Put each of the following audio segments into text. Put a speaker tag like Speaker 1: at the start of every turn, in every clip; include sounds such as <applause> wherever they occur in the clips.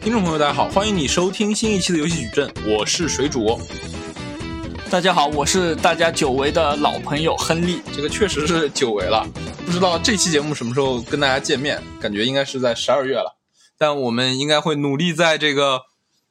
Speaker 1: 听众朋友，大家好，欢迎你收听新一期的游戏矩阵，我是水煮。
Speaker 2: 大家好，我是大家久违的老朋友亨利。
Speaker 1: 这个确实是久违了，不知道这期节目什么时候跟大家见面，感觉应该是在十二月了。但我们应该会努力在这个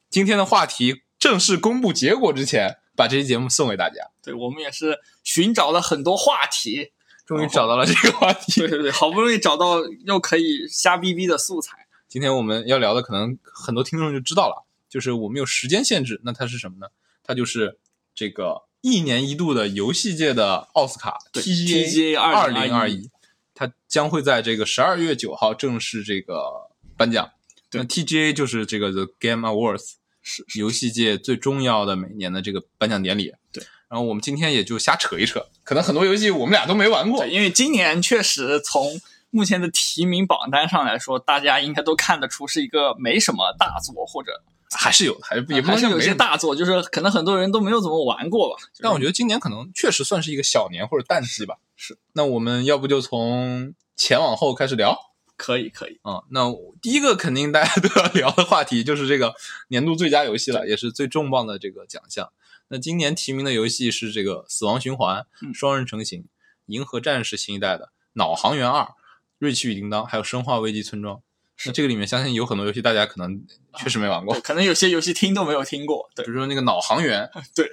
Speaker 1: 今天的话题正式公布结果之前，把这期节目送给大家。
Speaker 2: 对我们也是寻找了很多话题，
Speaker 1: 终于找到了这个话题，
Speaker 2: 对对对，好不容易找到又可以瞎逼逼的素材。
Speaker 1: <laughs> 今天我们要聊的，可能很多听众就知道了，就是我们有时间限制。那它是什么呢？它就是这个一年一度的游戏界的奥斯卡
Speaker 2: 对
Speaker 1: TGA
Speaker 2: TGA
Speaker 1: 二零二
Speaker 2: 2021
Speaker 1: 一，它将会在这个十二月九号正式这个颁奖。
Speaker 2: 对
Speaker 1: 那 TGA 就是这个 The Game Awards，
Speaker 2: 是
Speaker 1: 游戏界最重要的每年的这个颁奖典礼。
Speaker 2: 对，
Speaker 1: 然后我们今天也就瞎扯一扯，可能很多游戏我们俩都没玩过
Speaker 2: 对，。因为今年确实从目前的提名榜单上来说，大家应该都看得出是一个没什么大作，或者
Speaker 1: 还是有，还是也不
Speaker 2: 还
Speaker 1: 能
Speaker 2: 是
Speaker 1: 叫
Speaker 2: 有
Speaker 1: 没
Speaker 2: 一
Speaker 1: 什
Speaker 2: 些
Speaker 1: 么
Speaker 2: 大作，就是可能很多人都没有怎么玩过吧。
Speaker 1: 但我觉得今年可能确实算是一个小年或者淡季吧。
Speaker 2: 是，
Speaker 1: 那我们要不就从前往后开始聊
Speaker 2: 可以可以，
Speaker 1: 啊、嗯那第一个肯定大家都要 <laughs> 聊的话题就是这个年度最佳游戏了，也是最重磅的这个奖项。那今年提名的游戏是这个《死亡循环》
Speaker 2: 嗯
Speaker 1: 双人成行》《银河战士》新一代的《脑航员二》《瑞奇与叮当》，还有《生化危机村庄》。
Speaker 2: 是啊
Speaker 1: 那这个里面，相信有很多游戏大家可能确实没玩过
Speaker 2: 对，可能有些游戏听都没有听过。对，
Speaker 1: 比如说那个脑航员
Speaker 2: 啊对，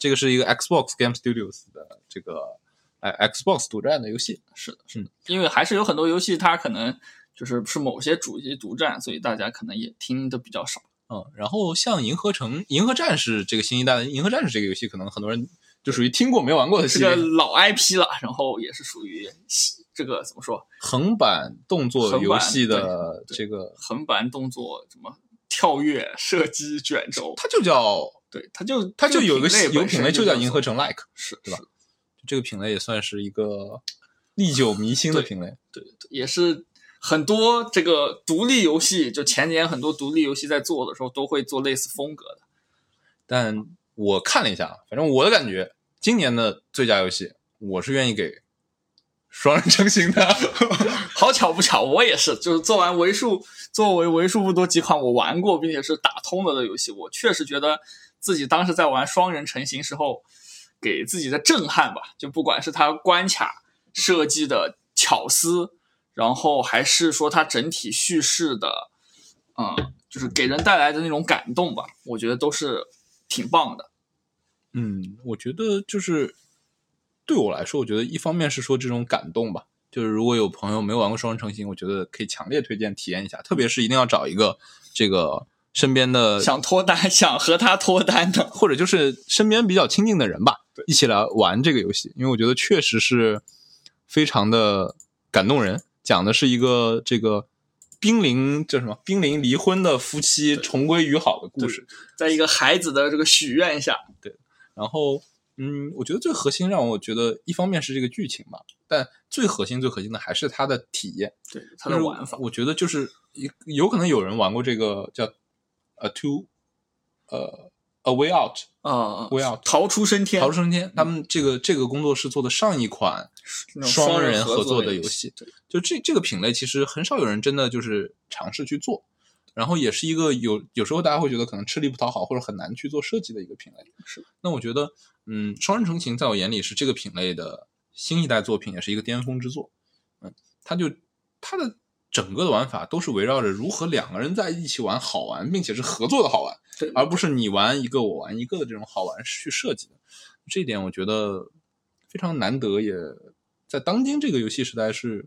Speaker 1: 这个是一个 Xbox Game Studios 的这个哎 Xbox 独占的游戏，
Speaker 2: 是的，
Speaker 1: 是的，
Speaker 2: 因为还是有很多游戏它可能就是是某些主机独占，所以大家可能也听的比较少。
Speaker 1: 嗯，然后像《银河城》《银河战士》这个新一代的《银河战士》这个游戏，可能很多人就属于听过没玩过的
Speaker 2: 是
Speaker 1: 系列
Speaker 2: 个，老 IP 了，然后也是属于西这个怎么说
Speaker 1: 横版动作游戏的
Speaker 2: 横版对
Speaker 1: 这个，
Speaker 2: 横版动作什么跳跃、射击、卷轴，
Speaker 1: 它就叫
Speaker 2: 对，它就
Speaker 1: 它就有一个
Speaker 2: 这
Speaker 1: 有
Speaker 2: 个
Speaker 1: 品
Speaker 2: 品
Speaker 1: 类
Speaker 2: 类
Speaker 1: 就
Speaker 2: 本身
Speaker 1: 叫
Speaker 2: 这
Speaker 1: 《银
Speaker 2: 样
Speaker 1: 河城 Like》，
Speaker 2: 是
Speaker 1: 对
Speaker 2: 对
Speaker 1: 吧
Speaker 2: 吧？
Speaker 1: 这个品类也算是一个历久弥新的
Speaker 2: 对
Speaker 1: 品类。
Speaker 2: 对，对也是很多这个独立游戏，就前年很多独立游戏在做的时候都会做类似风格的。
Speaker 1: 但我看了一下啊，反正我的感觉，今年的最佳游戏，我是愿意给双人成行的。
Speaker 2: 好巧不巧，我也是，就是做完为数作为为数不多几款我玩过并且是打通了的游戏，我确实觉得自己当时在玩双人成行时候给自己的震撼吧，就不管是它关卡设计的巧思，然后还是说它整体叙事的，嗯，就是给人带来的那种感动吧，我觉得都是挺棒的。
Speaker 1: 嗯，我觉得就是对我来说，我觉得一方面是说这种感动吧，就是如果有朋友没有玩过双人成行，我觉得可以强烈推荐体验一下，特别是一定要找一个这个身边的
Speaker 2: 想脱单， <laughs> 想和他脱单的，
Speaker 1: 或者就是身边比较亲近的人吧
Speaker 2: 对，
Speaker 1: 一起来玩这个游戏，因为我觉得确实是非常的感动人，讲的是一个这个濒临叫什么濒临离婚的夫妻重归于好的故事。
Speaker 2: 在一个孩子的这个许愿下，
Speaker 1: 然后，嗯，我觉得最核心让我觉得，一方面是这个剧情吧，但最核心最核心的还是它的体验，
Speaker 2: 对他的
Speaker 1: 就是
Speaker 2: 玩法。
Speaker 1: 我觉得就是有有可能有人玩过这个叫呃 Two 呃 A Way Out
Speaker 2: 啊，
Speaker 1: Way Out
Speaker 2: 逃出升天，
Speaker 1: 逃出升天，他们这个这个工作室做的上一款
Speaker 2: 那种
Speaker 1: 双
Speaker 2: 双
Speaker 1: 人合
Speaker 2: 合
Speaker 1: 作
Speaker 2: 作
Speaker 1: 的游
Speaker 2: 游
Speaker 1: 戏，
Speaker 2: 对，
Speaker 1: 就这这个品类，其实很少有人真的就是尝试去做。然后也是一个有有时候大家会觉得可能吃力不讨好或者很难去做设计的一个品类。
Speaker 2: 是，
Speaker 1: 那我觉得，嗯，双人成行在我眼里是这个品类的新一代作品，也是一个巅峰之作。嗯，它就它的整个的玩法都是围绕着如何两个人在一起玩好玩，并且是合作的好玩，
Speaker 2: 对
Speaker 1: 而不是你玩一个我玩一个的这种好玩去设计的。这一点我觉得非常难得，也在当今这个游戏时代是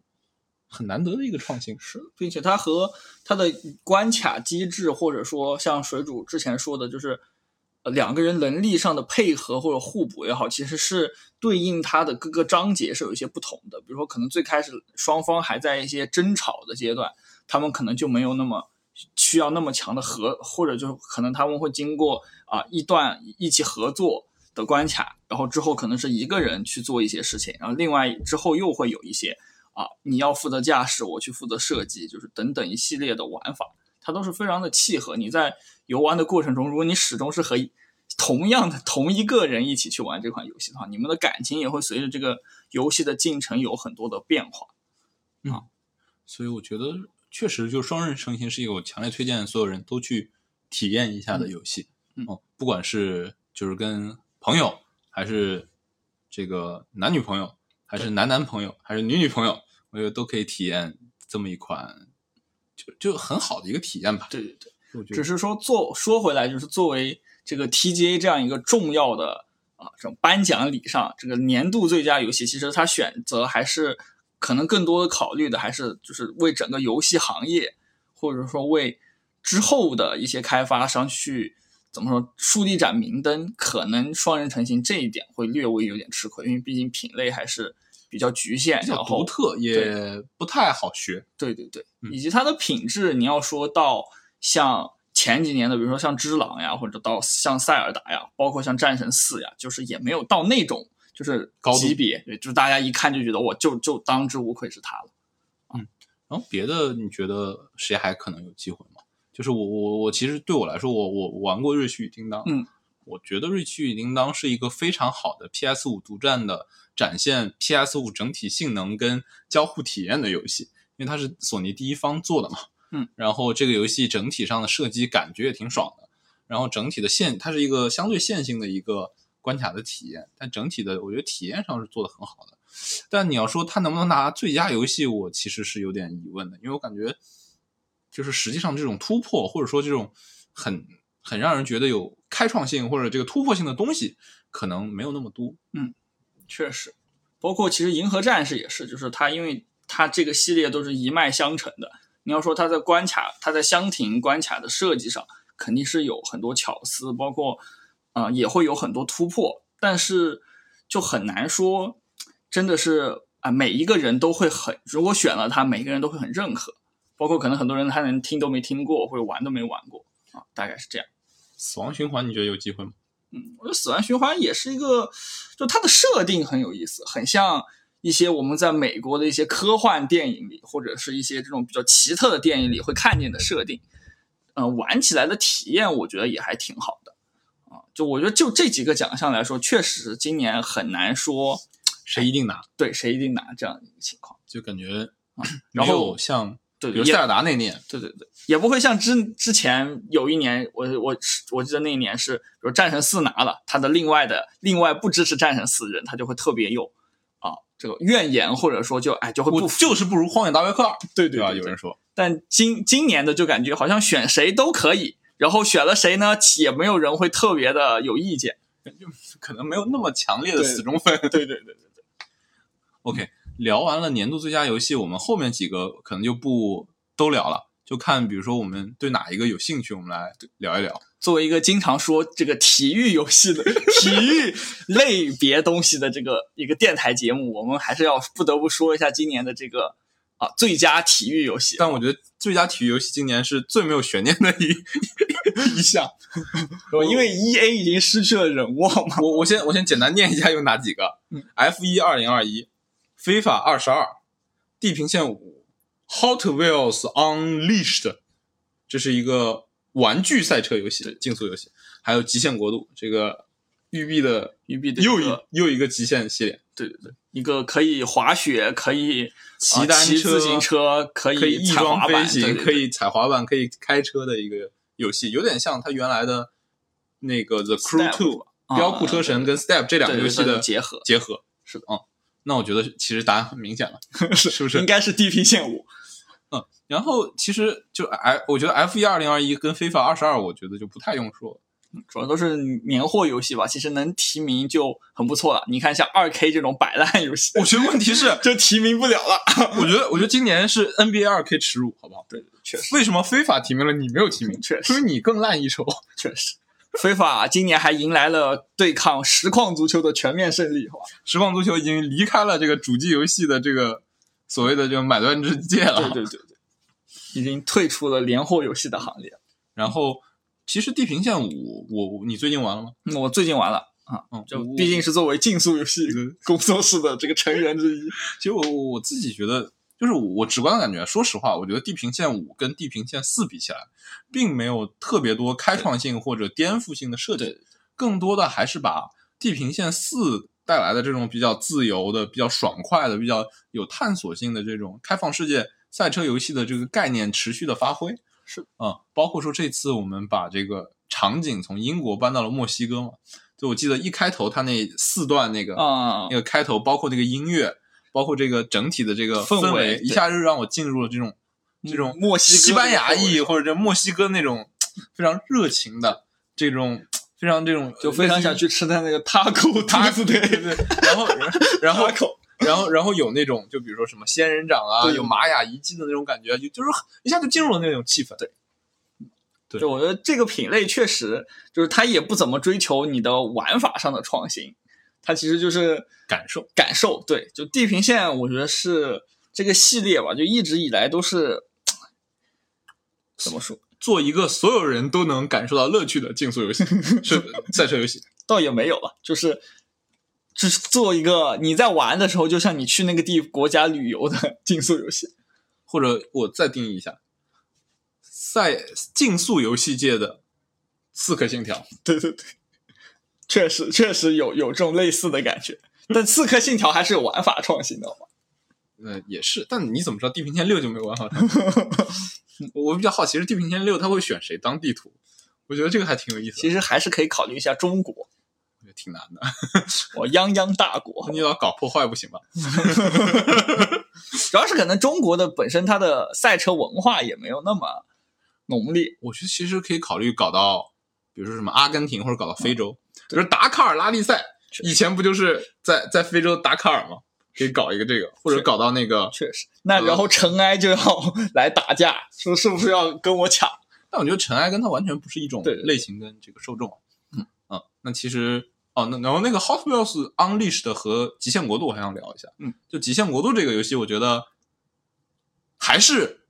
Speaker 1: 很难得的一个创新。
Speaker 2: 是，并且它和它的关卡机制，或者说像水主之前说的，就是呃两个人能力上的配合或者互补也好，其实是对应它的各个章节是有一些不同的。比如说，可能最开始双方还在一些争吵的阶段，他们可能就没有那么。需要那么强的合，或者就可能他们会经过啊、一段一起合作的关卡，然后之后可能是一个人去做一些事情，然后另外之后又会有一些啊，你要负责驾驶，我去负责设计，就是等等一系列的玩法，它都是非常的契合。你在游玩的过程中，如果你始终是和一同样的同一个人一起去玩这款游戏的话，你们的感情也会随着这个游戏的进程有很多的变化。
Speaker 1: 所以我觉得确实就是双刃成行是一个我强烈推荐所有人都去体验一下的游戏。
Speaker 2: 嗯
Speaker 1: 哦，不管是就是跟朋友，还是这个男女朋友，还是男男朋友，还是女女朋友，我觉得都可以体验这么一款就就很好的一个体验吧。
Speaker 2: 对对对，
Speaker 1: 我觉
Speaker 2: 只
Speaker 1: 得
Speaker 2: 是说做说回来，就是作为这个 TGA 这样一个重要的啊这种颁奖礼上，这个年度最佳游戏，其实它选择还是可能更多的考虑的还是就是为整个游戏行业，或者说为之后的一些开发商去。怎么说？树立盏明灯，可能双人成行这一点会略微有点吃亏，因为毕竟品类还是比较局限，
Speaker 1: 比
Speaker 2: 然
Speaker 1: 较
Speaker 2: 后
Speaker 1: 独特，也不太好学。
Speaker 2: 对对对，
Speaker 1: 嗯
Speaker 2: 以及它的品质，你要说到像前几年的，比如说像《只狼》呀，或者到像《塞尔达》呀，包括像《战神四》呀，就是也没有到那种就是
Speaker 1: 高度
Speaker 2: 级别，对，就是大家一看就觉得我就就当之无愧是他了。
Speaker 1: 然后别的你觉得谁还可能有机会吗？就是我我我其实对我来说，我我我玩过《瑞奇与叮当》，
Speaker 2: 嗯，
Speaker 1: 我觉得《瑞奇与叮当》是一个非常好的 PS 五独占的展现 PS 五整体性能跟交互体验的游戏，因为它是索尼第一方做的嘛，
Speaker 2: 嗯，
Speaker 1: 然后这个游戏整体上的设计感觉也挺爽的，然后整体的线它是一个相对线性的一个关卡的体验，但整体的我觉得体验上是做的很好的。但你要说他能不能拿最佳游戏，我其实是有点疑问的，因为我感觉就是实际上这种突破，或者说这种很很让人觉得有开创性或者这个突破性的东西，可能没有那么多。
Speaker 2: 确实，包括其实《银河战士》也是，就是它因为它这个系列都是一脉相承的。你要说它在关卡，它在箱庭关卡的设计上，肯定是有很多巧思，包括啊、呃也会有很多突破，但是就很难说真的是啊、每一个人都会很，如果选了它，每个人都会很认可。包括可能很多人他连听都没听过，或者玩都没玩过啊，大概是这样。
Speaker 1: 死亡循环，你觉得有机会吗？
Speaker 2: 嗯我觉得死亡循环也是一个，就它的设定很有意思，很像一些我们在美国的一些科幻电影里，或者是一些这种比较奇特的电影里会看见的设定。嗯、玩起来的体验我觉得也还挺好的啊。就我觉得就这几个奖项来说，确实今年很难说
Speaker 1: 谁一定拿？
Speaker 2: 对谁一定拿这样的一个情况。
Speaker 1: 就感
Speaker 2: <clears throat>
Speaker 1: 觉啊
Speaker 2: 然
Speaker 1: 没
Speaker 2: 后
Speaker 1: 有像
Speaker 2: 对，
Speaker 1: 比如
Speaker 2: 也
Speaker 1: 塞尔达那年，
Speaker 2: 对对对，也不会像之之前有一年，我我我记得那一年是，比如战神四拿了，他的另外的另外不支持战神四的人，他就会特别有啊这个怨言，或者说就哎就会
Speaker 1: 我
Speaker 2: 不服
Speaker 1: 就是不如荒野大镖客二，
Speaker 2: 对
Speaker 1: 对
Speaker 2: 对
Speaker 1: 吧？
Speaker 2: 对
Speaker 1: 有人
Speaker 2: 对。
Speaker 1: 说，
Speaker 2: 但今今年的就感觉好像选谁都可以，然后选了谁呢，也没有人会特别的有意见。
Speaker 1: 可能没有那么强烈的
Speaker 2: 对
Speaker 1: 死忠粉。
Speaker 2: 对对对，
Speaker 1: OK，聊完了年度最佳游戏，我们后面几个可能就不都聊了，就看比如说我们对哪一个有兴趣，我们来聊一聊。
Speaker 2: 作为一个经常说这个体育游戏的 <laughs> 体育类别东西的这个一个电台节目，我们还是要不得不说一下今年的这个啊最佳体育游戏。
Speaker 1: 但我觉得最佳体育游戏今年是最没有悬念的一一 <laughs> 项。
Speaker 2: 因为 E A 已经失去了人望嘛，
Speaker 1: <laughs> 我我先我先简单念一下有哪几个、
Speaker 2: 嗯
Speaker 1: f 一二零二一，FIFA 二十二，地平线五，Hot Wheels Unleashed，这是一个玩具赛车游戏，竞速游戏，还有极限国度这个育碧的
Speaker 2: 育碧的
Speaker 1: 又
Speaker 2: 一
Speaker 1: 一
Speaker 2: 个啊
Speaker 1: 又一个极限系列。
Speaker 2: 对对对，一个可以滑雪，可以
Speaker 1: 骑
Speaker 2: 啊
Speaker 1: 单车
Speaker 2: 骑自行车，可
Speaker 1: 可以
Speaker 2: 以
Speaker 1: 翼
Speaker 2: 踩
Speaker 1: 装
Speaker 2: 滑
Speaker 1: 飞
Speaker 2: 板，对
Speaker 1: 行，
Speaker 2: 对
Speaker 1: 可以踩滑板，可以开车的一个游戏，有点像它原来的那个 The Crew
Speaker 2: Step
Speaker 1: Two、
Speaker 2: 啊
Speaker 1: 标酷车神跟 Step 这两个游戏
Speaker 2: 对对
Speaker 1: 的
Speaker 2: 对结合
Speaker 1: 结合。
Speaker 2: 是的
Speaker 1: 嗯，那我觉得其实答案很明显
Speaker 2: <laughs>
Speaker 1: 了，是不
Speaker 2: 应
Speaker 1: 是？
Speaker 2: 该是地平线五。
Speaker 1: 然后其实就 F，我觉得 F 一二零二一跟 FIFA 二十二，我觉得就不太用说了。
Speaker 2: 主要都是年货游戏吧，其实能提名就很不错了。你看像二 K 这种摆烂游戏，
Speaker 1: 我觉得问题是，
Speaker 2: <laughs> 就提名不了了。
Speaker 1: 我觉得我觉得今年是 NBA 二 K 耻辱，好不好？
Speaker 2: 对，确实
Speaker 1: 为什么 FIFA 提名了你没有提名？
Speaker 2: <laughs> 确实
Speaker 1: 说明你更烂一筹。
Speaker 2: 确实。非法啊今年还迎来了对抗实况足球的全面胜利，好吧？
Speaker 1: 实况足球已经离开了这个主机游戏的这个所谓的这个买断之界了。
Speaker 2: 对对对对，已经退出了年货游戏的行列。
Speaker 1: 然后，其实《地平线五》，我我你最近玩了吗？
Speaker 2: 嗯我最近玩了啊，
Speaker 1: 嗯，
Speaker 2: 就
Speaker 1: 我嗯
Speaker 2: 毕竟是作为竞速游戏工作室的这个成员之一，
Speaker 1: 其实我我我自己觉得，就是我我直观的感觉，说实话，我觉得《地平线五》跟《地平线四》比起来，并没有特别多开创性或者颠覆性的设计，更多的还是把《地平线四》带来的这种比较自由的、比较爽快的、比较有探索性的这种开放世界赛车游戏的这个概念持续的发挥。
Speaker 2: 是
Speaker 1: 啊、包括说这次我们把这个场景从英国搬到了墨西哥嘛，就我记得一开头它那四段那个
Speaker 2: 啊、
Speaker 1: 那个开头，包括那个音乐，包括这个整体的这个
Speaker 2: 氛
Speaker 1: 氛
Speaker 2: 围
Speaker 1: 一下就让我进入了这种这种
Speaker 2: 嗯墨西哥
Speaker 1: 西班牙
Speaker 2: 的氛
Speaker 1: 裔或者这墨西哥那种非常热情的这种非常这种
Speaker 2: 就非常想去吃他那个 taco
Speaker 1: 他 <laughs>
Speaker 2: taco
Speaker 1: 对对对，然后然
Speaker 2: <laughs>
Speaker 1: 后
Speaker 2: taco
Speaker 1: 然后然后有那种就比如说什么仙人掌啊，
Speaker 2: 对
Speaker 1: 有玛雅遗迹的那种感觉，就就是一下就进入了那种气氛。对，对
Speaker 2: 就我觉得这个品类确实就是它也不怎么追求你的玩法上的创新，它其实就是
Speaker 1: 感受
Speaker 2: 感受。对，就地平线，我觉得是这个系列吧，就一直以来都是怎么说，
Speaker 1: 做一个所有人都能感受到乐趣的竞速游戏 <laughs> 是赛车游戏。
Speaker 2: <laughs> 倒也没有吧，就是。就是做一个你在玩的时候，就像你去那个地国家旅游的 <laughs> 竞速游戏，
Speaker 1: 或者我再定义一下，赛竞速游戏界的《刺客信条》
Speaker 2: 对对对，确实确实有有这种类似的感觉。但《刺客信条》还是有玩法创新的，哦
Speaker 1: 呃，也是，但你怎么知道《地平线六》就没有玩好它？ <laughs> 我比较好奇是《地平线六》它会选谁当地图？我觉得这个还挺有意思
Speaker 2: 其
Speaker 1: 的，
Speaker 2: 实还是可以考虑一下中国，
Speaker 1: 我觉得挺难的。 <laughs>
Speaker 2: 我泱泱大国，
Speaker 1: 你老搞破坏不行吧？
Speaker 2: 主要是可能中国的本身它的赛车文化也没有那么浓烈，
Speaker 1: 我觉得其实可以考虑搞到，比如说什么阿根廷或者搞到非洲，比
Speaker 2: 对
Speaker 1: 如达喀尔拉力赛，
Speaker 2: 确
Speaker 1: 以前不就是在在非洲达喀尔吗？可以搞一个这个，或者
Speaker 2: 是
Speaker 1: 搞到那个
Speaker 2: 确实。那然后尘埃就要 <laughs> 来打架，说是不是要跟我抢？
Speaker 1: 但我觉得尘埃跟它完全不是一种
Speaker 2: 对对对
Speaker 1: 类型跟这个受众。嗯啊，那其实哦，那然后那个 Hot Wheels Unleashed 和极限国度，我还想聊一下。
Speaker 2: 嗯，
Speaker 1: 就极限国度这个游戏，我觉得还是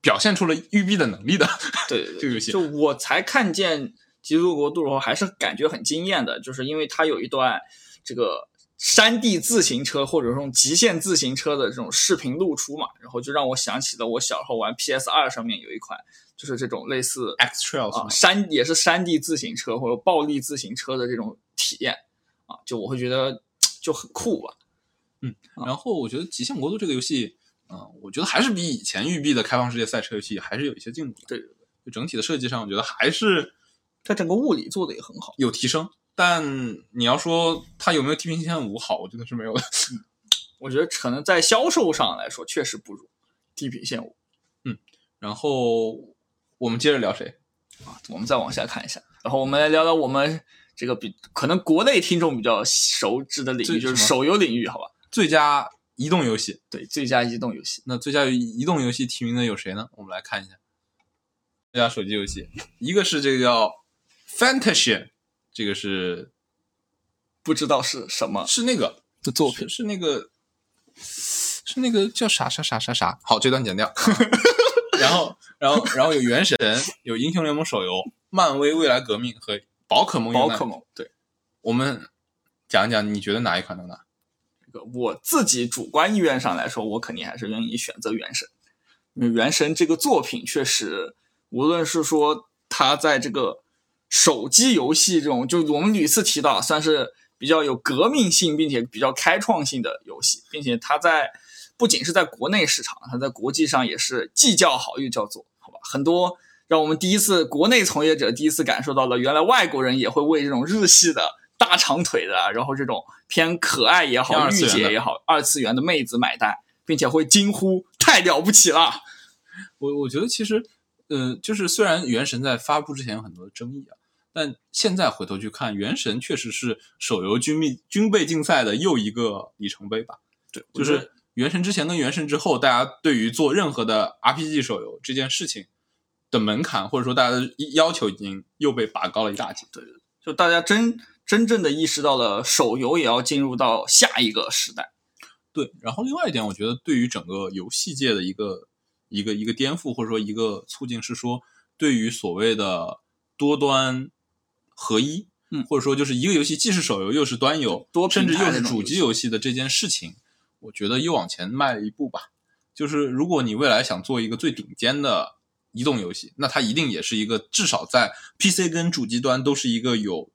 Speaker 1: 表现出了育碧的能力的。
Speaker 2: <laughs> 对对
Speaker 1: 这个游戏
Speaker 2: 就我才看见《极速国度》的时候，还是感觉很惊艳的，就是因为它有一段这个山地自行车或者这种极限自行车的这种视频露出嘛，然后就让我想起了我小时候玩 PS 二上面有一款，就是这种类似
Speaker 1: X Trail 是
Speaker 2: 啊
Speaker 1: 吗？
Speaker 2: 山也是山地自行车或者暴力自行车的这种体验啊，就我会觉得就很酷吧。啊
Speaker 1: 然后我觉得极限国度这个游戏，嗯、我觉得还是比以前育碧的开放世界赛车游戏还是有一些进步的。
Speaker 2: 对对
Speaker 1: 就整体的设计上，我觉得还是
Speaker 2: 它整个物理做的也很好，
Speaker 1: 有提升。但你要说它有没有《地平线五》好，我觉得是没有的。
Speaker 2: 我觉得可能在销售上来说确实不如《地平线五
Speaker 1: 然后我们接着聊谁？》
Speaker 2: 啊。我们再往下看一下，然后我们来聊聊我们这个比可能国内听众比较熟知的领
Speaker 1: 最
Speaker 2: 域，就是
Speaker 1: 什么
Speaker 2: 手游领域，好吧？
Speaker 1: 最佳移动游戏。
Speaker 2: 对，最佳移动游戏，
Speaker 1: 那最佳移动游戏提名的有谁呢？我们来看一下。最佳手机游戏，一个是这个叫《Fantasy》，这个是
Speaker 2: 不知道是什么
Speaker 1: 是那个
Speaker 2: 的作品
Speaker 1: 是。是那个是那个叫啥啥啥啥啥。好，这段剪掉。 <laughs> 然后，然后，然后有《原神》，有《英雄联盟》手游，《漫威未来革命》和《宝可梦》。
Speaker 2: 宝可，梦，对，
Speaker 1: 我们讲一讲，你觉得哪一款能拿？
Speaker 2: 这个我自己主观意愿上来说，我肯定还是愿意选择《原神》，因为《原神》这个作品确实，无论是说它在这个手机游戏这种，就我们屡次提到，算是比较有革命性并且比较开创性的游戏，并且它在不仅是在国内市场，它在国际上也是既叫好又叫座，好吧，很多。让我们第一次国内从业者第一次感受到了，原来外国人也会为这种日系的大长腿的，啊然后这种偏可爱也
Speaker 1: 偏
Speaker 2: 好、
Speaker 1: 二
Speaker 2: 御
Speaker 1: 次元的
Speaker 2: 姐也好、二次元的妹子买单，并且会惊呼太了不起了。
Speaker 1: 我我觉得其实，呃，就是虽然《原神》在发布之前有很多争议啊，但现在回头去看，《原神》确实是手游军密军备竞赛的又一个里程碑吧。
Speaker 2: 对，
Speaker 1: 就
Speaker 2: 我觉
Speaker 1: 是
Speaker 2: 得
Speaker 1: 《原神》之前跟《原神》之后，大家对于做任何的 RPG 手游这件事情的门槛，或者说大家的要求已经又被拔高了一大截。对，
Speaker 2: 就大家真真正的意识到了手游也要进入到下一个时代。
Speaker 1: 对，然后另外一点，我觉得对于整个游戏界的一个一个一个颠覆，或者说一个促进，是说对于所谓的多端合一，
Speaker 2: 嗯
Speaker 1: 或者说就是一个游戏既是手游又是端游，
Speaker 2: 多平
Speaker 1: 甚至
Speaker 2: 台
Speaker 1: 又
Speaker 2: 的
Speaker 1: 是
Speaker 2: 那种
Speaker 1: 主
Speaker 2: 游
Speaker 1: 机
Speaker 2: 戏
Speaker 1: 游戏的这件事情，我觉得又往前迈了一步吧。就是如果你未来想做一个最顶尖的移动游戏，那它一定也是一个至少在 PC 跟主机端都是一个有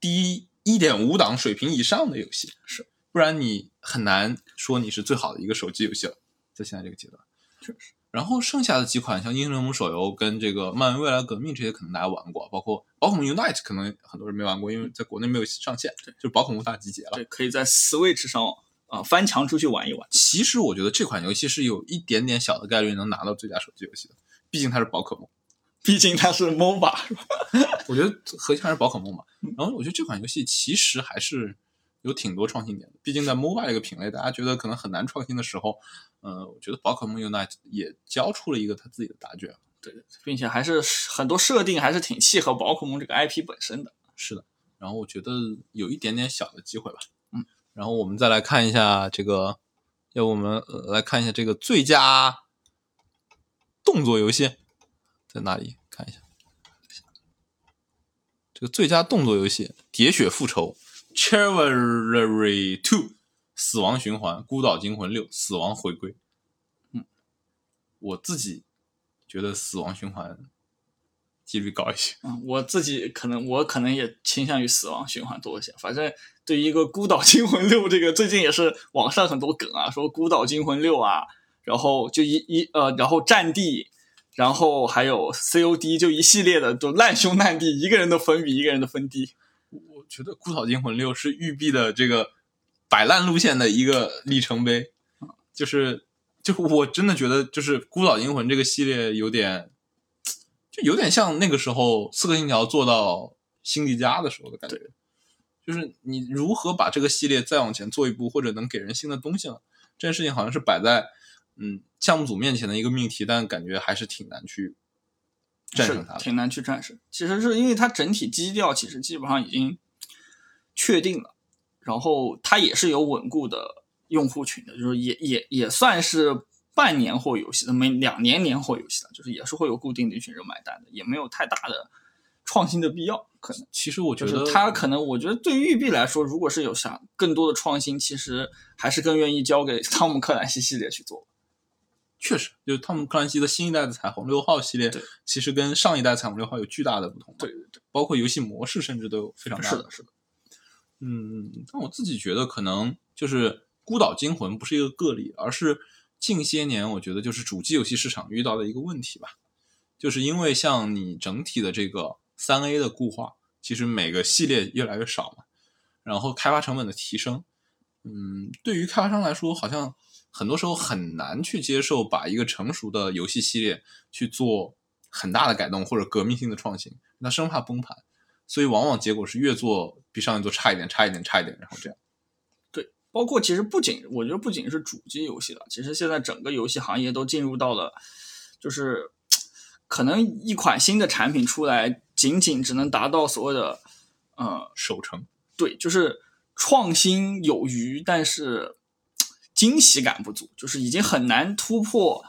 Speaker 1: 低一点五档水平以上的游戏，
Speaker 2: 是，
Speaker 1: 不然你很难说你是最好的一个手机游戏了。在现在这个阶段，然后剩下的几款像《英雄联盟》手游跟这个《漫威未来革命》这些，可能大家玩过，包括《宝可梦 Unite》，可能很多人没玩过，因为在国内没有上线，就是宝可梦大集结了。
Speaker 2: 对，可以在 Switch 上啊、呃翻墙出去玩一玩。
Speaker 1: 其实我觉得这款游戏是有一点点小的概率能拿到最佳手机游戏的，毕竟它是宝可梦。
Speaker 2: 毕竟它是 MOBA，是吧
Speaker 1: 我觉得核心还是宝可梦吧。然后我觉得这款游戏其实还是有挺多创新点的，毕竟在 MOBA 这个品类，大家觉得可能很难创新的时候，呃，我觉得宝可梦 Unite 也交出了一个他自己的答卷。
Speaker 2: <laughs> 并且还是很多设定还是挺契合宝可梦这个 IP 本身的。
Speaker 1: 是的，然后我觉得有一点点小的机会吧。
Speaker 2: 嗯，
Speaker 1: 然后我们再来看一下这个，要不我们呃来看一下这个最佳动作游戏在哪里？看一下，这个最佳动作游戏《喋血复仇》（Chivalry Two）《死亡循环》《孤岛惊魂六》《死亡回归》。
Speaker 2: 嗯，
Speaker 1: 我自己觉得《死亡循环》几率高一些。
Speaker 2: 嗯，我自己可能我可能也倾向于死亡循环多一些。反正对于一个《孤岛惊魂六》这个，最近也是网上很多梗啊，说《孤岛惊魂六》啊，然后就一一呃，然后战地，然后还有 COD，就一系列的都烂兄烂弟，一个人的分比一个人的分低。
Speaker 1: 我觉得《孤岛惊魂六》是育碧的这个摆烂路线的一个里程碑，就是就我真的觉得就是《孤岛惊魂》这个系列有点，就有点像那个时候《刺客信条》做到《星际家》的时候的感觉，就是你如何把这个系列再往前做一步，或者能给人新的东西了，这件事情好像是摆在嗯项目组面前的一个命题，但感觉还是挺难去战胜
Speaker 2: 是
Speaker 1: 它的。
Speaker 2: 挺难去战胜。其实是因为它整体基调其实基本上已经确定了，然后它也是有稳固的用户群的，就是也也也算是半年货游戏的，每两年年货游戏的，就是也是会有固定的一群人买单的，也没有太大的创新的必要，可能。
Speaker 1: 其实我觉
Speaker 2: 就
Speaker 1: 得
Speaker 2: 是他可能，我觉得对于育碧来说，如果是有啥更多的创新，其实还是更愿意交给汤姆克兰西系列去做。
Speaker 1: 确实，就是汤姆克兰西的新一代的彩虹六号系列
Speaker 2: 对，
Speaker 1: 其实跟上一代彩虹六号有巨大的不同，
Speaker 2: 对对对，
Speaker 1: 包括游戏模式甚至都有非常大
Speaker 2: 是的，是的，
Speaker 1: 嗯，但我自己觉得可能就是《孤岛惊魂》不是一个个例，而是近些年我觉得就是主机游戏市场遇到的一个问题吧，就是因为像你整体的这个三 A 的固化，其实每个系列越来越少嘛，然后开发成本的提升，嗯，对于开发商来说，好像很多时候很难去接受把一个成熟的游戏系列去做很大的改动或者革命性的创新，那生怕崩盘。所以往往结果是越做比上一座差一点，差一点，差一点，然后这样。
Speaker 2: 包括其实不仅我觉得不仅是主机游戏了，其实现在整个游戏行业都进入到了，就是可能一款新的产品出来，仅仅只能达到所谓的呃
Speaker 1: 守城，
Speaker 2: 对，就是创新有余，但是惊喜感不足，就是已经很难突破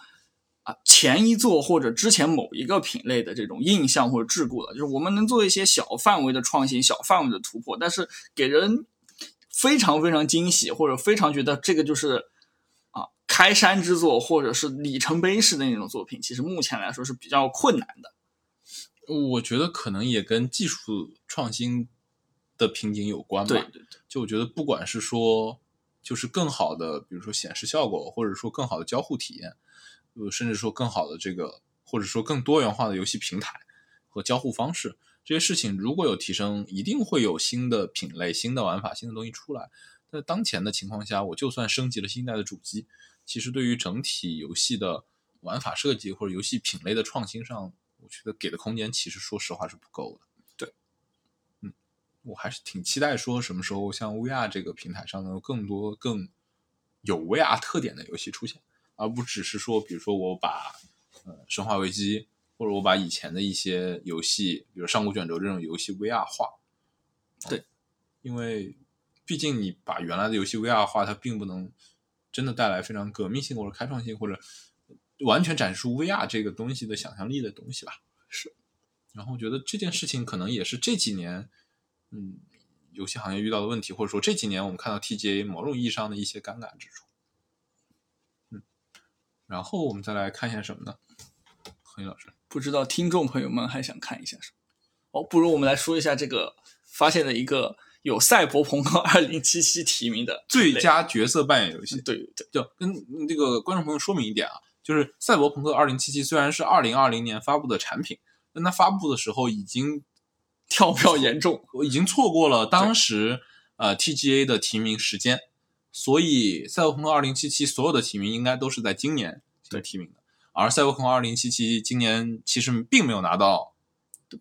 Speaker 2: 啊前一座或者之前某一个品类的这种印象或者桎梏了。就是我们能做一些小范围的创新、小范围的突破，但是给人非常非常惊喜，或者非常觉得这个就是。啊，开山之作或者是里程碑式的那种作品，其实目前来说是比较困难的。
Speaker 1: 我觉得可能也跟技术创新的瓶颈有关吧。
Speaker 2: 对对对，
Speaker 1: 就我觉得不管是说就是更好的，比如说显示效果，或者说更好的交互体验，呃，甚至说更好的这个，或者说更多元化的游戏平台和交互方式，这些事情如果有提升，一定会有新的品类、新的玩法、新的东西出来。在当前的情况下，我就算升级了新一代的主机，其实对于整体游戏的玩法设计或者游戏品类的创新上，我觉得给的空间其实说实话是不够的。
Speaker 2: 对，
Speaker 1: 嗯，我还是挺期待说什么时候像 VR 这个平台上能有更多更有 VR 特点的游戏出现，而不只是说，比如说我把呃《生化危机》或者我把以前的一些游戏，比如《上古卷轴》这种游戏 VR 化。
Speaker 2: 对
Speaker 1: 嗯，因为毕竟你把原来的游戏 VR 化，它并不能真的带来非常革命性或者开创性或者完全展示出 VR 这个东西的想象力的东西吧。
Speaker 2: 是。
Speaker 1: 然后我觉得这件事情可能也是这几年，嗯，游戏行业遇到的问题，或者说这几年我们看到 TGA 某种意义上的一些尴尬之处。嗯，然后我们再来看一下什么呢？何毅老师，
Speaker 2: 不知道听众朋友们还想看一下什么？哦，不如我们来说一下这个发现的一个有《赛博朋克2077》提名的
Speaker 1: 最佳角色扮演游戏
Speaker 2: 嗯对。对对，
Speaker 1: 就跟这个观众朋友说明一点啊，就是《赛博朋克2077》虽然是2020年发布的产品，但它发布的时候已经
Speaker 2: 跳票严重。
Speaker 1: 已经错过了当时呃 TGA 的提名时间，所以《赛博朋克2077》所有的提名应该都是在今年
Speaker 2: 对
Speaker 1: 提名的，而《赛博朋克2077》今年其实并没有拿到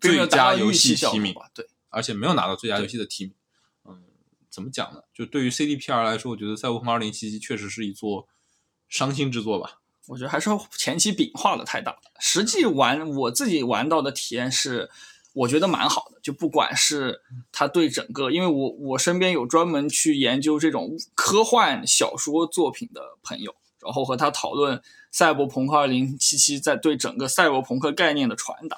Speaker 2: 并没
Speaker 1: 最
Speaker 2: 有达
Speaker 1: 佳
Speaker 2: 到
Speaker 1: 游
Speaker 2: 预期
Speaker 1: 戏
Speaker 2: 效
Speaker 1: 提
Speaker 2: 果
Speaker 1: 名，
Speaker 2: 吧对，
Speaker 1: 而且没有拿到最佳游戏的提名。嗯，怎么讲呢？就对于 CDPR 来说，我觉得《赛博朋克2077》确实是一座伤心之作吧。
Speaker 2: 我觉得还是前期饼画的太大了。实际玩我自己玩到的体验是，我觉得蛮好的。就不管是它对整个，因为我我身边有专门去研究这种科幻小说作品的朋友，然后和他讨论《赛博朋克2077》在对整个赛博朋克概念的传达，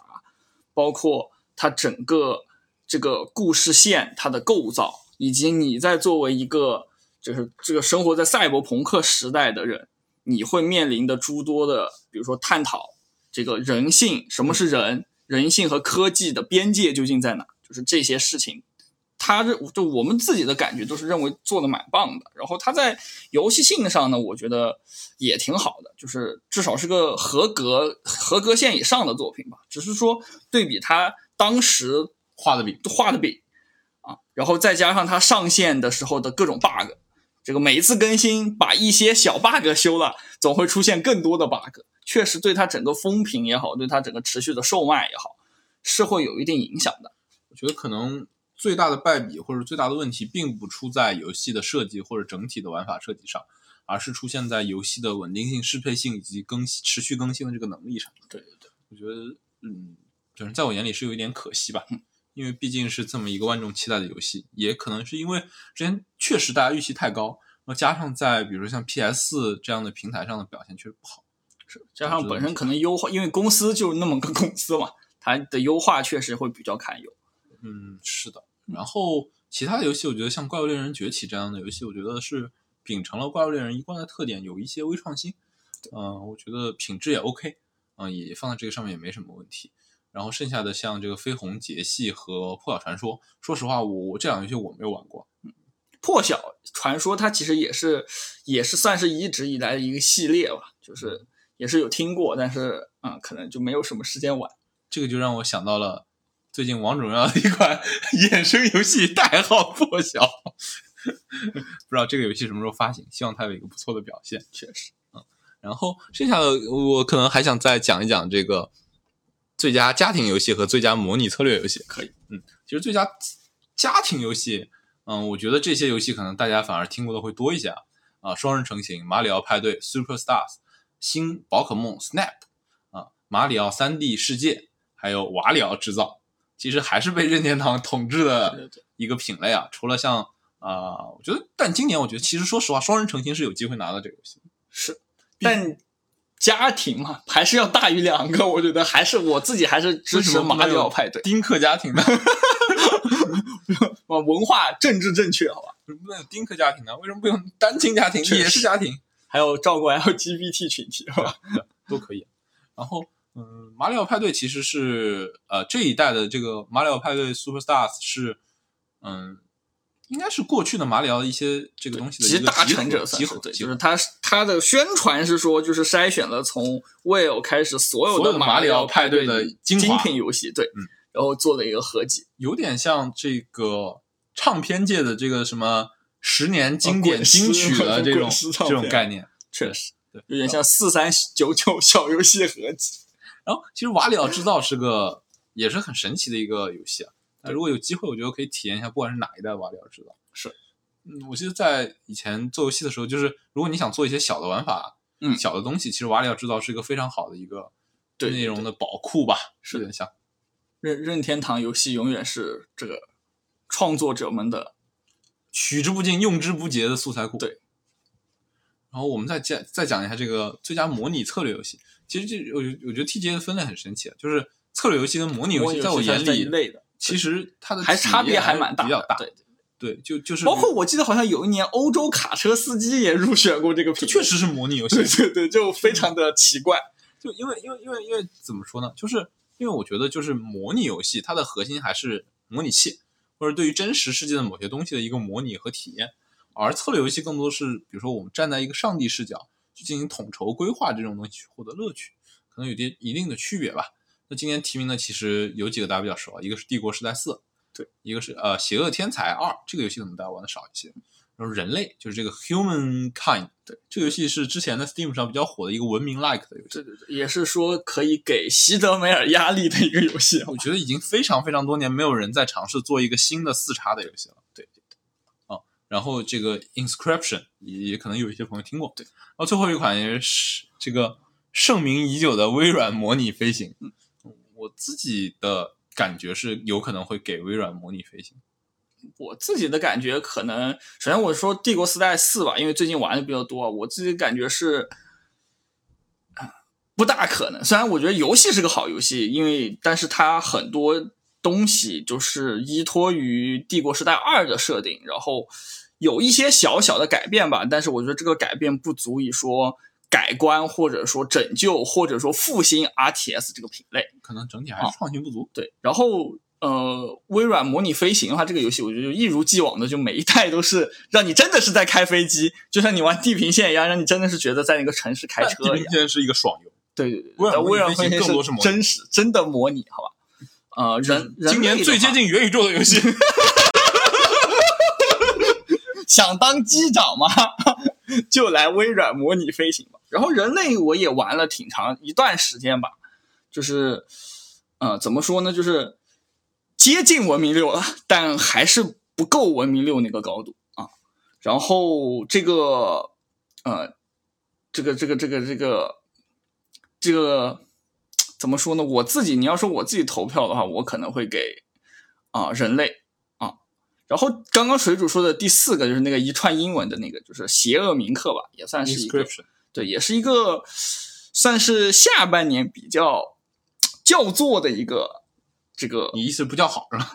Speaker 2: 包括它整个这个故事线它的构造，以及你在作为一个就是这个生活在赛博朋克时代的人，你会面临的诸多的，比如说探讨这个人性，什么是人，人性和科技的边界究竟在哪，就是这些事情。他认就我们自己的感觉都是认为做的蛮棒的，然后他在游戏性上呢，我觉得也挺好的，就是至少是个合格合格线以上的作品吧。只是说对比他当时
Speaker 1: 画的比
Speaker 2: 画的饼啊，然后再加上它上线的时候的各种 bug，这个每一次更新把一些小 bug 修了，总会出现更多的 bug，确实对它整个风评也好，对它整个持续的售卖也好，是会有一定影响的。
Speaker 1: 我觉得可能最大的败笔或者最大的问题，并不出在游戏的设计或者整体的玩法设计上，而是出现在游戏的稳定性、适配性以及更新持续更新的这个能力上。
Speaker 2: 对对对，
Speaker 1: 我觉得，嗯，反正在我眼里是有一点可惜吧，
Speaker 2: 嗯
Speaker 1: 因为毕竟是这么一个万众期待的游戏，也可能是因为之前确实大家预期太高，然后加上在比如说像 PS 这样的平台上的表现确实不好。
Speaker 2: 加上本身可能优化，因为公司就是那么个公司嘛，它的优化确实会比较堪忧。
Speaker 1: 嗯，是的。然后其他的游戏，我觉得像《怪物猎人崛起》这样的游戏，我觉得是秉承了《怪物猎人》一贯的特点，有一些微创新。嗯、我觉得品质也 OK，嗯、也放在这个上面也没什么问题。然后剩下的像这个《绯红节系》和《破晓传说》，说实话，我我这两个游戏我没有玩过。
Speaker 2: 破晓传说它其实也是也是算是一直以来的一个系列吧，就是也是有听过，但是嗯，可能就没有什么时间玩。
Speaker 1: 这个就让我想到了最近《王者荣耀》的一款 <laughs> 衍生游戏，代号破晓。 <laughs> 不知道这个游戏什么时候发行，希望它有一个不错的表现。
Speaker 2: 确实，
Speaker 1: 然后剩下的我可能还想再讲一讲这个最佳家庭游戏和最佳模拟策略游戏。
Speaker 2: 可以，
Speaker 1: 嗯，其实最佳家庭游戏，嗯，我觉得这些游戏可能大家反而听过的会多一些啊。啊，双人成行、马里奥派对、Super Stars、新宝可梦 Snap 啊，马里奥三 D 世界，还有瓦里奥制造，其实还是被任天堂统治
Speaker 2: 对
Speaker 1: 的
Speaker 2: 对对
Speaker 1: 一个品类啊。除了像啊、我觉得，但今年我觉得其实说实话，双人成行是有机会拿到这个游戏的。
Speaker 2: 是，但家庭嘛，还是要大于两个。我觉得还是我自己还是支持马里
Speaker 1: <laughs>
Speaker 2: 奥派对，
Speaker 1: 丁克家庭呢？
Speaker 2: 啊，文化政治正确，好吧？
Speaker 1: 为什么不能有丁克家庭呢？为什么不用单亲家庭、
Speaker 2: 确实
Speaker 1: 也是家庭
Speaker 2: 还有照顾 LGBT 群体，好 <laughs> 吧？
Speaker 1: 都可以？然后，嗯，马里奥派对其实是呃这一代的这个马里奥派对 Super Stars 是嗯，应该是过去的马里奥一些这个东西的
Speaker 2: 集
Speaker 1: 一个
Speaker 2: 大
Speaker 1: 集
Speaker 2: 成者
Speaker 1: 合
Speaker 2: 算
Speaker 1: 集
Speaker 2: 是
Speaker 1: 合
Speaker 2: 对，
Speaker 1: 集
Speaker 2: 就
Speaker 1: 合
Speaker 2: 是他他的宣传是说，就是筛选了从 Will 开始所
Speaker 1: 所有
Speaker 2: 的
Speaker 1: 的
Speaker 2: 马
Speaker 1: 马里
Speaker 2: 奥
Speaker 1: 奥派
Speaker 2: 对
Speaker 1: 对的
Speaker 2: 精
Speaker 1: 精华
Speaker 2: 品游戏，对，
Speaker 1: 嗯
Speaker 2: 然后做了一个合集，
Speaker 1: 有点像这个唱片界的这个什么十年经典
Speaker 2: 啊滚石
Speaker 1: 金曲的这种
Speaker 2: <laughs> 滚石唱
Speaker 1: 这
Speaker 2: 片
Speaker 1: 种概念，
Speaker 2: 确实
Speaker 1: 对，嗯
Speaker 2: 有点像四三九九小游戏合集。
Speaker 1: 然后其实瓦里奥制造是个也是很神奇的一个游戏啊。那如果有机会，我觉得可以体验一下，不管是哪一代瓦里奥制造。
Speaker 2: 是，
Speaker 1: 嗯，我记得在以前做游戏的时候，就是如果你想做一些小的玩法，
Speaker 2: 嗯
Speaker 1: 小的东西，其实瓦里奥制造是一个非常好的一个
Speaker 2: 对
Speaker 1: 内容的宝库吧，
Speaker 2: 是
Speaker 1: 有
Speaker 2: 的
Speaker 1: 点像。
Speaker 2: 任任天堂游戏永远是这个创作者们的
Speaker 1: 取之不尽、用之不竭的素材库。
Speaker 2: 对。
Speaker 1: 然后我们再讲再讲一下这个最佳模拟策略游戏。其实这我觉我觉得 TGA 的分类很神奇啊，就是策略游戏跟模拟游
Speaker 2: 模
Speaker 1: 戏，
Speaker 2: 拟
Speaker 1: 在
Speaker 2: 游
Speaker 1: 我
Speaker 2: 戏
Speaker 1: 眼
Speaker 2: 算是一
Speaker 1: 里，
Speaker 2: 类的，
Speaker 1: 其实它的
Speaker 2: 还
Speaker 1: 体
Speaker 2: 差别
Speaker 1: 验
Speaker 2: 还
Speaker 1: 还
Speaker 2: 蛮大的，
Speaker 1: 比较大。
Speaker 2: 对，
Speaker 1: 对，就就是
Speaker 2: 包括我记得好像有一年欧洲卡车司机也入选过这个
Speaker 1: 这
Speaker 2: 评，
Speaker 1: 确，实是模拟游戏
Speaker 2: 对，对对，就非常的奇怪。
Speaker 1: 就因为因为因为因为怎么说呢？就是因为我觉得就是模拟游戏它的核心还是模拟器，或者对于真实世界的某些东西的一个模拟和体验。而策略游戏更多是，比如说我们站在一个上帝视角去进行统筹规划这种东西去获得乐趣，可能有些一定的区别吧。那今年提名的其实有几个大家比较熟啊，一个是《帝国时代四》，
Speaker 2: 对，
Speaker 1: 一个是呃《邪恶天才二》，这个游戏可能大家玩的少一些。然后人类就是这个 Humankind，对，这个游戏是之前在 Steam 上比较火的一个文明 like 的游戏。
Speaker 2: 对对对，也是说可以给西德梅尔压力的一个游戏。啊
Speaker 1: 我觉得已经非常非常多年没有人在尝试做一个新的四叉的游戏了。
Speaker 2: 对
Speaker 1: 对对，啊，然后这个 Inscription 也也可能有一些朋友听过。对，然后最后一款也是这个盛名已久的微软模拟飞行。
Speaker 2: 嗯
Speaker 1: 我自己的感觉是有可能会给微软模拟飞行。
Speaker 2: 我自己的感觉可能，首先我说《帝国时代四》吧，因为最近玩的比较多，我自己感觉是啊不大可能。虽然我觉得游戏是个好游戏，因为但是它很多东西就是依托于《帝国时代二》的设定，然后有一些小小的改变吧，但是我觉得这个改变不足以说改观，或者说拯救，或者说复兴 RTS 这个品类。
Speaker 1: 可能整体
Speaker 2: 哦
Speaker 1: 还是创新不足。
Speaker 2: 对，然后呃，微软模拟飞行的话，这个游戏我觉得就一如既往的，就每一代都是让你真的是在开飞机，就像你玩地平线一样，让你真的是觉得在那个城市开
Speaker 1: 但
Speaker 2: 车
Speaker 1: 地
Speaker 2: 一
Speaker 1: 平
Speaker 2: 样。
Speaker 1: 线是一个爽游，
Speaker 2: 对对对，
Speaker 1: 微软模拟
Speaker 2: 微
Speaker 1: 飞
Speaker 2: 软
Speaker 1: 行
Speaker 2: 飞
Speaker 1: 更多是模拟
Speaker 2: 真实真的模拟，好吧？呃，人
Speaker 1: 今年最接，
Speaker 2: 人类的话
Speaker 1: 近元宇宙的游戏。
Speaker 2: 想当机长吗？ <laughs> 就来微软模拟飞行吧。然后人类我也玩了挺长一段时间吧，就是呃，怎么说呢，就是接近文明六了，但还是不够文明六那个高度啊。然后这个呃，这个这个这个这个这个怎么说呢？我自己你要说我自己投票的话，我可能会给啊、人类啊。然后刚刚水主说的第四个就是那个一串英文的那个，就是邪恶铭刻吧，也算是一个哦
Speaker 1: Inscription
Speaker 2: 对，也是一个算是下半年比较较做的一个这个
Speaker 1: 你意思不叫好是吧？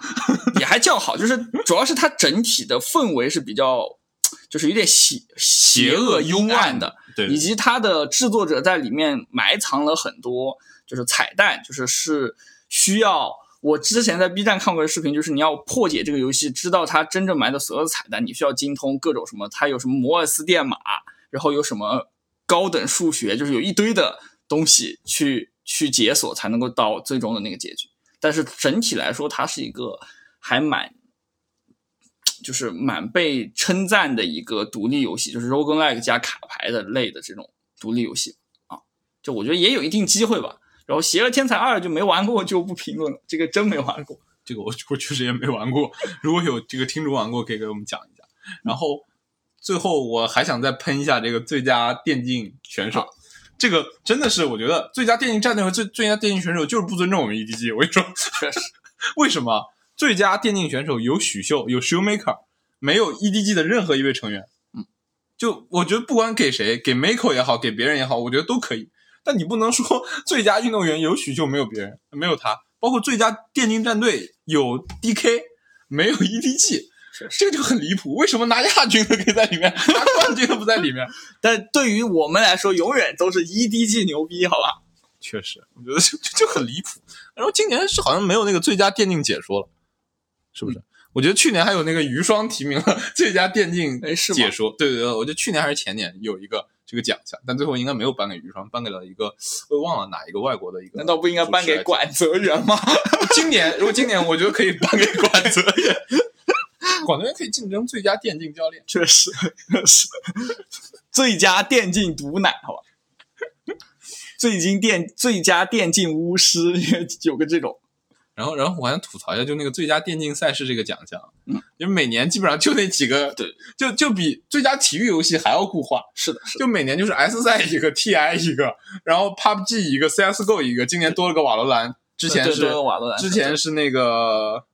Speaker 2: 也还较好，就是主要是它整体的氛围是比较，就是有点邪邪恶幽暗的，，
Speaker 1: 对，
Speaker 2: 以及它的制作者在里面埋藏了很多就是彩蛋，就是是需要我之前在 B 站看过的视频，就是你要破解这个游戏，知道它真正埋的所有的彩蛋，你需要精通各种什么，它有什么摩尔斯电码，然后有什么高等数学，就是有一堆的东西去去解锁才能够到最终的那个结局。但是整体来说，它是一个还蛮。就是蛮被称赞的一个独立游戏，就是 roguelike 加卡牌的类的这种独立游戏啊，就我觉得也有一定机会吧。然后《邪恶天才二》就没玩过，就不评论了，这个真没玩过。
Speaker 1: 这个我我确实也没玩过，如果有这个听众玩过，可以给我们讲一下。然后最后我还想再喷一下这个最佳电竞选手
Speaker 2: 好，
Speaker 1: 这个真的是我觉得最佳电竞战队和最最佳电竞选手就是不尊重我们 E EDG。我跟你说，
Speaker 2: 确实，
Speaker 1: 为什么最佳电竞选手有许秀有 Shoemaker，没有 EDG 的任何一位成员？
Speaker 2: 嗯，
Speaker 1: 就我觉得不管给谁，给 Miko 也好，给别人也好，我觉得都可以。但你不能说 <laughs> 最佳运动员有许秀没有别人，没有他，包括最佳电竞战队有 DK 没有 EDG，
Speaker 2: 确实。
Speaker 1: 这个就很离谱。为什么拿亚军的可以在里面，拿冠军的不在里面？ <laughs>
Speaker 2: 但对于我们来说，永远都是 EDG 牛逼，好吧？
Speaker 1: 确实，我觉得就就就很离谱。然后今年是好像没有那个最佳电竞解说了，是不
Speaker 2: 嗯
Speaker 1: 是？我觉得去年还有那个余霜提名了 <laughs> 最佳电竞
Speaker 2: 哎是吗
Speaker 1: 解说，对对对，我觉得去年还是前年有一个这个奖项，但最后应该没有颁给余霜，颁给了一个我忘了哪一个外国的一个。
Speaker 2: 难道不应该颁给
Speaker 1: 管？
Speaker 2: 管泽元吗？ <laughs>
Speaker 1: 今年如果今年，我觉得可以颁 <laughs> 给管泽元。管泽元可以竞争最佳电竞教练，
Speaker 2: 确实，确实，最佳电竞毒奶，好吧？最精电最佳电竞巫师 <laughs> 有个这种，
Speaker 1: 然后，然后我还想吐槽一下，就那个最佳电竞赛事这个奖项，
Speaker 2: 嗯，
Speaker 1: 因为每年基本上就那几个，
Speaker 2: 对，
Speaker 1: 就就比最佳体育游戏还要固化，
Speaker 2: 是的，是的，
Speaker 1: 就每年就是 S 赛一个，TI 一个，然后 PUBG 一个，CSGO 一个，今年多了个瓦罗兰，之前
Speaker 2: 对
Speaker 1: 是
Speaker 2: 多了个瓦罗兰
Speaker 1: 之前是那个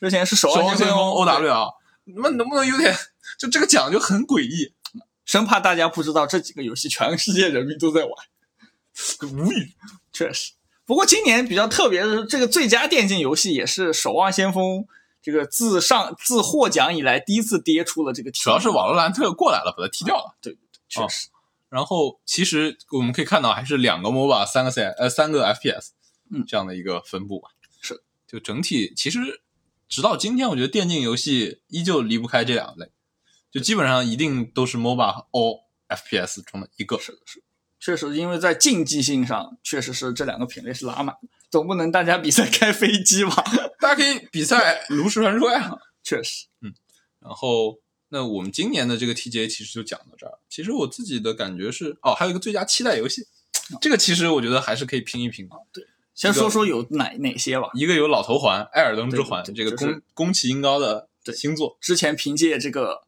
Speaker 2: 之前是守
Speaker 1: 守望
Speaker 2: 望
Speaker 1: 先锋
Speaker 2: 先锋
Speaker 1: OW 啊，你们能不能有点就这个奖就很诡异，
Speaker 2: 生怕大家不知道这几个游戏全世界人民都在玩，
Speaker 1: 无语。
Speaker 2: 确实。不过今年比较特别的是，这个最佳电竞游戏也是《守望先锋》这个自上自获奖以来第一次跌出了这个题，
Speaker 1: 主要是瓦罗兰特过来了，把它踢掉了。
Speaker 2: 确实、
Speaker 1: 然后其实我们可以看到，还是两个 MOBA，三个 C，呃，三个 FPS，
Speaker 2: 嗯
Speaker 1: 这样的一个分布吧。
Speaker 2: 是，
Speaker 1: 就整体其实直到今天，我觉得电竞游戏依旧离不开这两类，就基本上一定都是 MOBA 和 FPS 中的一个。
Speaker 2: 是的，是的，确实，因为在竞技性上，确实是这两个品类是拉满的，总不能大家比赛开飞机吧？ <laughs>
Speaker 1: 大家可以比赛炉石传说呀。
Speaker 2: 确实，
Speaker 1: 然后，那我们今年的这个 TGA 其实就讲到这儿。其实我自己的感觉是，哦，还有一个最佳期待游戏，这个其实我觉得还是可以拼一拼的。
Speaker 2: 先
Speaker 1: 这个
Speaker 2: 说说有哪哪些吧。
Speaker 1: 一个有老头环、艾尔登之环，
Speaker 2: 对
Speaker 1: 这个
Speaker 2: 对就
Speaker 1: 宫
Speaker 2: 是
Speaker 1: 宫崎英高的
Speaker 2: 对
Speaker 1: 星座，
Speaker 2: 之前凭借这个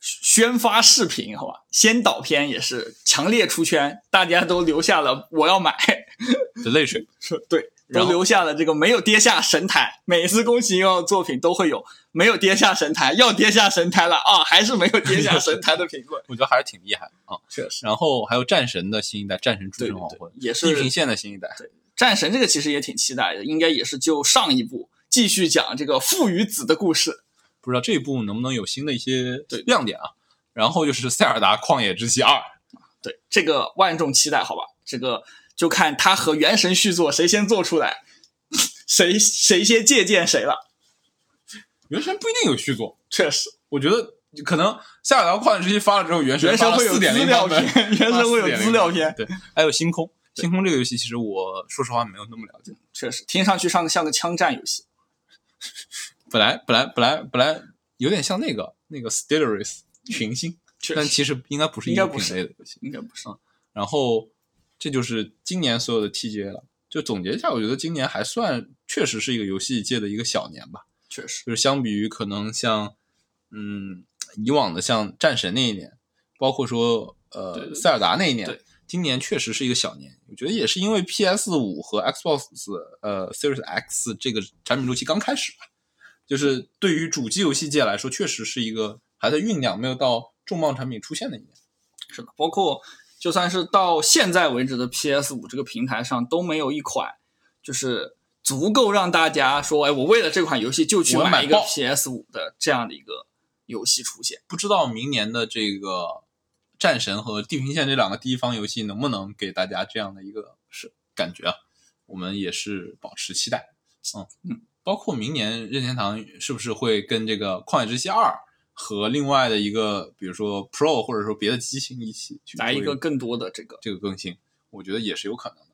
Speaker 2: 宣发视频，好吧，先导片也是强烈出圈，大家都留下了我要买， <laughs>
Speaker 1: 的泪水。
Speaker 2: 是对，
Speaker 1: 然
Speaker 2: 都
Speaker 1: 后，
Speaker 2: 留下了这个没有跌下神坛。每次宫崎英高的作品都会有没有跌下神坛，要跌下神坛了啊，还是没有跌下神坛的评论
Speaker 1: 我觉得还是挺厉害的啊。
Speaker 2: 确实，
Speaker 1: 然后还有战神的新一代，战神诸
Speaker 2: 对
Speaker 1: 神
Speaker 2: 对
Speaker 1: 黄
Speaker 2: 对
Speaker 1: 昏，
Speaker 2: 也是
Speaker 1: 地平线的新一代，
Speaker 2: 战神这个其实也挺期待的，应该也是就上一部继续讲这个父与子的故事。
Speaker 1: 不知道这一部能不能有新的一些
Speaker 2: 对
Speaker 1: 亮点啊？然后就是《塞尔达旷野之息二》，
Speaker 2: 对，这个万众期待，好吧，这个就看他和原神续作谁先做出来， <laughs> 谁谁先借鉴谁了。
Speaker 1: 原神不一定有续作，
Speaker 2: 确实，
Speaker 1: 我觉得可能《塞尔达旷野之息》发了之后，原神
Speaker 2: 原神
Speaker 1: 发了
Speaker 2: 会有
Speaker 1: 四
Speaker 2: 资
Speaker 1: 点零
Speaker 2: 料
Speaker 1: 版本 <laughs>
Speaker 2: 片，，原神会有资料
Speaker 1: 片
Speaker 2: 片，，
Speaker 1: 对，还有星空。星空这个游戏，其实我说实话没有那么了解。
Speaker 2: 确实听上去像像个枪战游戏。
Speaker 1: 本来本来本来本来有点像那个那个 Stellaris 群星，
Speaker 2: 嗯确
Speaker 1: 但
Speaker 2: 实
Speaker 1: 其实应该不是一
Speaker 2: 应
Speaker 1: 个
Speaker 2: 该不
Speaker 1: 品
Speaker 2: 是
Speaker 1: 类的游戏。
Speaker 2: 应该不是，
Speaker 1: 然后这就是今年所有的 TGA 了。就总结一下，我觉得今年还算确实是一个游戏界的一个小年吧。
Speaker 2: 确实
Speaker 1: 就是相比于可能像嗯以往的像战神那一年，包括说
Speaker 2: 对
Speaker 1: 呃
Speaker 2: 对
Speaker 1: 塞尔达那一年
Speaker 2: 对，
Speaker 1: 今年确实是一个小年。我觉得也是因为 PS 五和 Xbox 呃 Series X 这个产品周期刚开始吧，就是对于主机游戏界来说，确实是一个还在酝酿，没有到重磅产品出现的一年。
Speaker 2: 是的，包括就算是到现在为止的 PS 五这个平台上都没有一款就是。足够让大家说，哎，我为了这款游戏就去
Speaker 1: 我要买
Speaker 2: 一个
Speaker 1: 爆
Speaker 2: PS 五的这样的一个游戏出现。
Speaker 1: 不知道明年的这个战神和地平线这两个第一方游戏能不能给大家这样的一个是感觉啊？我们也是保持期待。嗯
Speaker 2: 嗯，
Speaker 1: 包括明年任天堂是不是会跟这个《旷野之息二》和另外的一个，比如说 Pro 或者说别的机型一起去
Speaker 2: 来一
Speaker 1: 做
Speaker 2: 个更多的这个
Speaker 1: 这个更新，我觉得也是有可能的。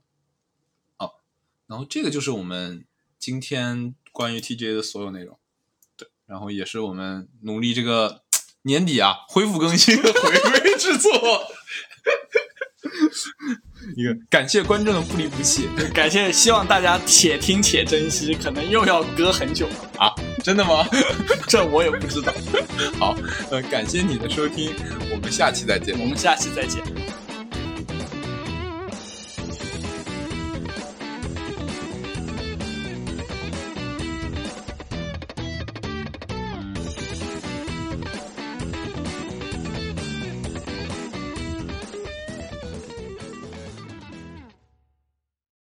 Speaker 1: 啊，然后这个就是我们今天关于 TGA 的所有内容。对，然后也是我们努力这个年底啊恢复更新的回归制作。一个感谢观众的不离不弃
Speaker 2: 感谢，希望大家且听且珍惜，可能又要隔很久了，
Speaker 1: 啊，真的吗？ <laughs>
Speaker 2: 这我也不知道。
Speaker 1: 呃，感谢你的收听，我们下期再见
Speaker 2: 我。们下期再见。